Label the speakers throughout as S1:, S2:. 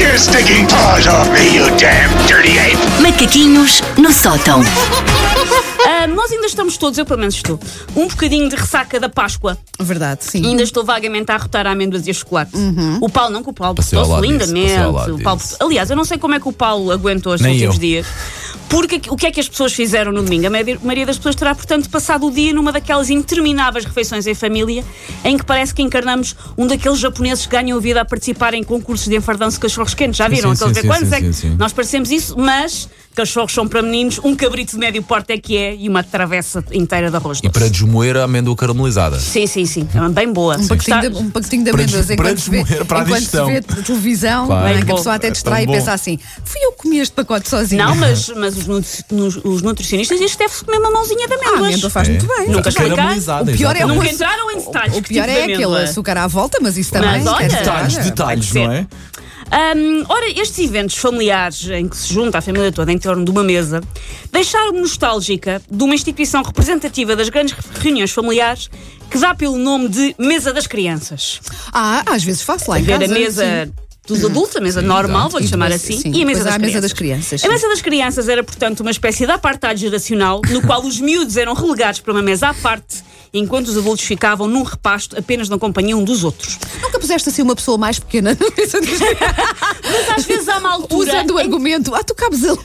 S1: your stinking paws off me, you damn dirty ape!
S2: Macaquinhos no sótão.
S3: Ah, nós ainda estamos todos, eu pelo menos estou, um bocadinho de ressaca da Páscoa.
S4: Verdade,
S3: E
S4: sim. Uhum.
S3: ainda estou vagamente a rotar amêndoas e a chocolate. O Paulo, não que o Paulo
S5: Passei ao
S3: portou-se
S5: lado disso,
S3: lindamente.
S5: passei ao lado
S3: o Paulo,
S5: disso.
S3: aliás, eu não sei como é que o Paulo aguentou estes
S5: Nem
S3: últimos
S5: eu.
S3: dias. Porque o que é que as pessoas fizeram no domingo? A maioria- a maioria das pessoas terá, portanto, passado o dia numa daquelas intermináveis refeições em família em que parece que encarnamos um daqueles japoneses que ganham vida a participar em concursos de enfardanço de cachorros quentes. Já viram?
S5: sim,
S3: Aqueles
S5: sim,
S3: ver quantos
S5: sim,
S3: é que
S5: sim, sim.
S3: nós parecemos isso, mas cachorros são para meninos, um cabrito de médio porte é que é e uma travessa inteira de arroz
S5: E
S3: doce.
S5: para desmoer a amêndoa caramelizada.
S3: Sim, sim, sim. É uma Bem boa.
S4: Um pacotinho,
S3: Está-
S4: de, um pacotinho de
S5: Para
S4: amêndoas
S5: des-
S4: enquanto,
S5: para
S4: se vê,
S5: desmoer para a
S4: enquanto se
S5: digestão.
S4: vê televisão,
S5: Claro.
S4: não é?
S3: Bem
S4: que a
S3: bom.
S4: pessoa até
S5: É
S4: distrai
S5: tão
S4: e
S5: bom.
S4: pensa assim: fui eu que comi este pacote Ah, sozinho.
S3: Não, mas, mas os, nutri- nos- os nutricionistas dizem que deve-se comer uma mãozinha de
S4: a
S3: amêndoas.
S4: Ah, amêndoa
S5: É.
S4: faz muito bem.
S3: Nunca
S4: Exato.
S3: explicaste.
S5: Caramelizada,
S4: O pior é
S5: exatamente.
S3: Nunca
S4: Mas-
S3: entraram em detalhes.
S4: O
S3: que
S4: pior
S3: tipo de
S4: é aquele
S3: amêndoa.
S4: açúcar à volta, mas isso também. é
S3: Mas olha-
S4: quer dizer,
S3: Detalhes,
S4: olha,
S5: detalhes,
S3: ser.
S5: não é?
S3: Hum, ora, estes eventos familiares em que se junta a família toda em torno de uma mesa deixaram-me nostálgica de uma instituição representativa das grandes reuniões familiares que dá pelo nome de Mesa das Crianças.
S4: Ah, às vezes faço lá em
S3: ver
S4: casa.
S3: a mesa
S4: sim.
S3: dos adultos, a mesa normal, vou-lhe
S4: Hum. E
S3: chamar
S4: depois-
S3: assim,
S4: sim,
S3: e a mesa
S4: depois
S3: das,
S4: há a mesa
S3: crianças.
S4: das crianças,
S3: A mesa das crianças era, portanto, uma espécie de apartheid geracional, no qual os miúdos eram relegados para uma mesa à parte, enquanto os adultos ficavam num repasto apenas na companhia um dos outros.
S4: Nunca puseste assim uma pessoa mais pequena na mesa das
S3: Mas às vezes há uma altura.
S4: Usando o argumento, ah, tu cabes ali.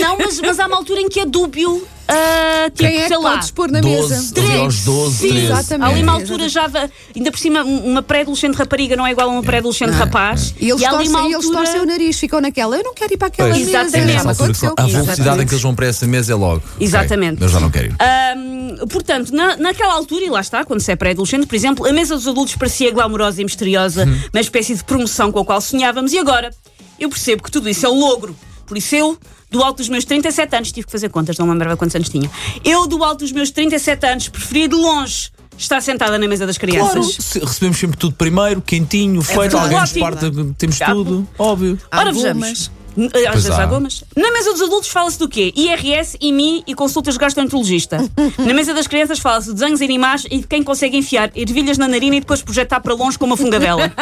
S3: Não, mas, mas há uma altura em que é dúbio, ah, tipo,
S4: Quem é que
S3: sei lá.
S4: pode expor na
S5: 12,
S4: mesa?
S5: ali aos 12,
S3: Sim,
S5: 13.
S3: Há ali uma
S4: Exatamente.
S3: altura já. da- Ainda por cima, um- uma pré-adolescente rapariga não é igual a uma pré-adolescente rapaz.
S4: E eles,
S3: há ali
S4: torcem,
S3: uma
S4: eles
S3: altura-
S4: torcem o nariz, ficam naquela. Eu não quero ir para aquela
S5: Pois. é,
S4: mesa.
S3: Exatamente.
S4: Já me
S5: Nessa altura,
S4: aconteceu.
S5: a velocidade em que
S4: Exatamente.
S5: eles vão para essa mesa é logo. Ok,
S3: Exatamente. Ah,
S5: eu já não quero ir.
S3: Ahm, portanto, na- naquela altura, e lá está, quando se é pré-adolescente, por exemplo, a mesa dos adultos parecia glamourosa e misteriosa, uma espécie de promoção com a qual sonhávamos, e agora eu percebo que tudo isso é um logro. Por isso eu, do alto dos meus 37 anos, tive que fazer contas, não me lembrava quantos anos tinha. Eu, do alto dos meus 37 anos, preferia de longe estar sentada na mesa das
S5: Claro,
S3: crianças.
S5: Então, se- recebemos sempre tudo primeiro, quentinho, feito,
S3: verdade.
S5: alguém nos
S3: Ótimo. Ah.
S5: parte, temos
S3: Cabo.
S5: tudo, óbvio.
S4: Há
S3: Ora,
S4: gomas.
S3: vejamos. N- Às vezes
S5: há.
S3: há gomas. Na mesa dos adultos fala-se do quê? IRS, IMI e consultas de gastroenterologista. na mesa das crianças fala-se de desenhos animais e de quem consegue enfiar ervilhas na narina e depois projetar para longe com uma fungadela.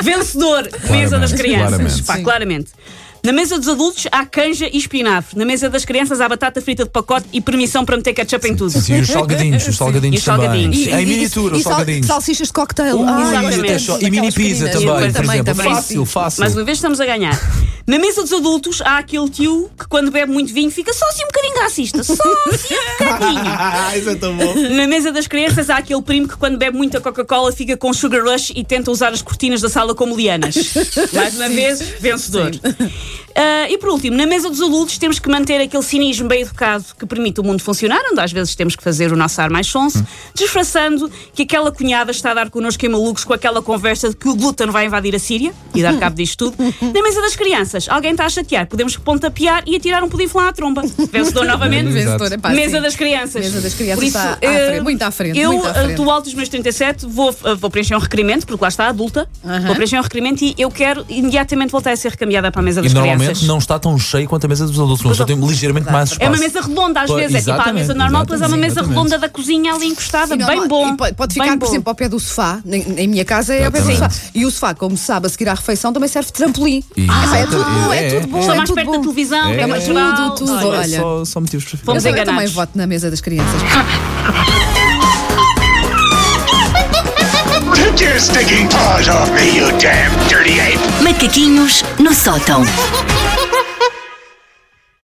S3: Vencedor, mesa das crianças.
S5: claramente.
S3: Pá,
S4: Sim.
S3: claramente. Na mesa dos adultos há canja e espinafre. Na mesa das crianças há batata frita de pacote e permissão para meter ketchup em tudo.
S5: Sim, os salgadinhos, os salgadinhos
S3: E os
S5: também.
S3: salgadinhos.
S5: Sim, em miniatura,
S4: e,
S5: os
S4: sal-
S5: salgadinhos.
S4: salsichas de cocktail. Ah,
S5: Ai,
S3: Exatamente.
S5: até só- E
S4: Aquelas
S5: mini pizza
S4: pequeninas.
S5: também, por
S4: Também,
S5: exemplo.
S4: também,
S5: Fácil,
S4: sim.
S5: fácil.
S3: Mais uma vez estamos a ganhar. Na mesa dos adultos há aquele tio que quando bebe muito vinho fica só assim um bocadinho racista. Só assim um bocadinho.
S5: Ah, isso é tão bom.
S3: Na mesa das crianças há aquele primo que quando bebe muita Coca-Cola fica com sugar rush e tenta usar as cortinas da sala como lianas. Mais uma vez, vencedor. Ah, e por último, na mesa dos adultos temos que manter aquele cinismo bem educado que permite o mundo funcionar, onde às vezes temos que fazer o nosso ar mais sonso, disfarçando que aquela cunhada está a dar connosco em malucos com aquela conversa de que o glúten vai invadir a Síria e dar cabo disto tudo. Na mesa das crianças, alguém está a chatear, podemos pontapear e atirar um pudim lá à tromba. Vencedor novamente.
S4: Vencedora, pá,
S3: Mesa
S4: sim.
S3: das crianças.
S4: Mesa das crianças
S3: Por isso,
S4: está à
S3: eh,
S4: frente, muito à frente,
S3: Eu,
S4: muito à
S3: eh,
S4: frente.
S3: do alto dos meus 37, vou, eh, vou preencher um requerimento, porque lá está, adulta.
S4: Aham.
S3: Vou preencher um requerimento e eu quero imediatamente voltar a ser recambiada para a mesa
S5: E
S3: das
S5: normalmente
S3: crianças.
S5: não está tão cheio quanto a mesa dos adultos, mas já tem ligeiramente mais espaço.
S3: É uma mesa redonda, às
S5: Pois,
S3: vezes. É tipo a mesa
S5: exatamente,
S3: normal, depois há uma mesa
S5: exatamente.
S3: redonda da cozinha ali encostada.
S4: E normal-
S3: bem bom.
S4: e pode, pode
S3: bem
S4: ficar, por
S3: bom.
S4: exemplo, ao pé do sofá. Em, em minha casa é ao pé do sofá.
S5: Exatamente.
S4: E o sofá, como se sabe, a seguir à refeição também serve de trampolim.
S5: E-
S4: Ah, é tudo bom, é,
S5: é, é.
S4: tudo bom.
S3: Estou
S4: é
S3: mais
S4: tudo
S3: perto
S4: bom.
S3: da televisão,
S5: É.
S3: é, mais
S4: Tudo,
S3: geral.
S4: tudo,
S3: Olha,
S4: olha.
S5: Só, só motivos preferidos.
S4: Eu
S3: Fomos
S4: também- eu também
S3: enganados.
S4: voto na mesa das crianças.
S1: Take your stinking paws off me, you damn dirty ape!
S2: Macaquinhos no sótão.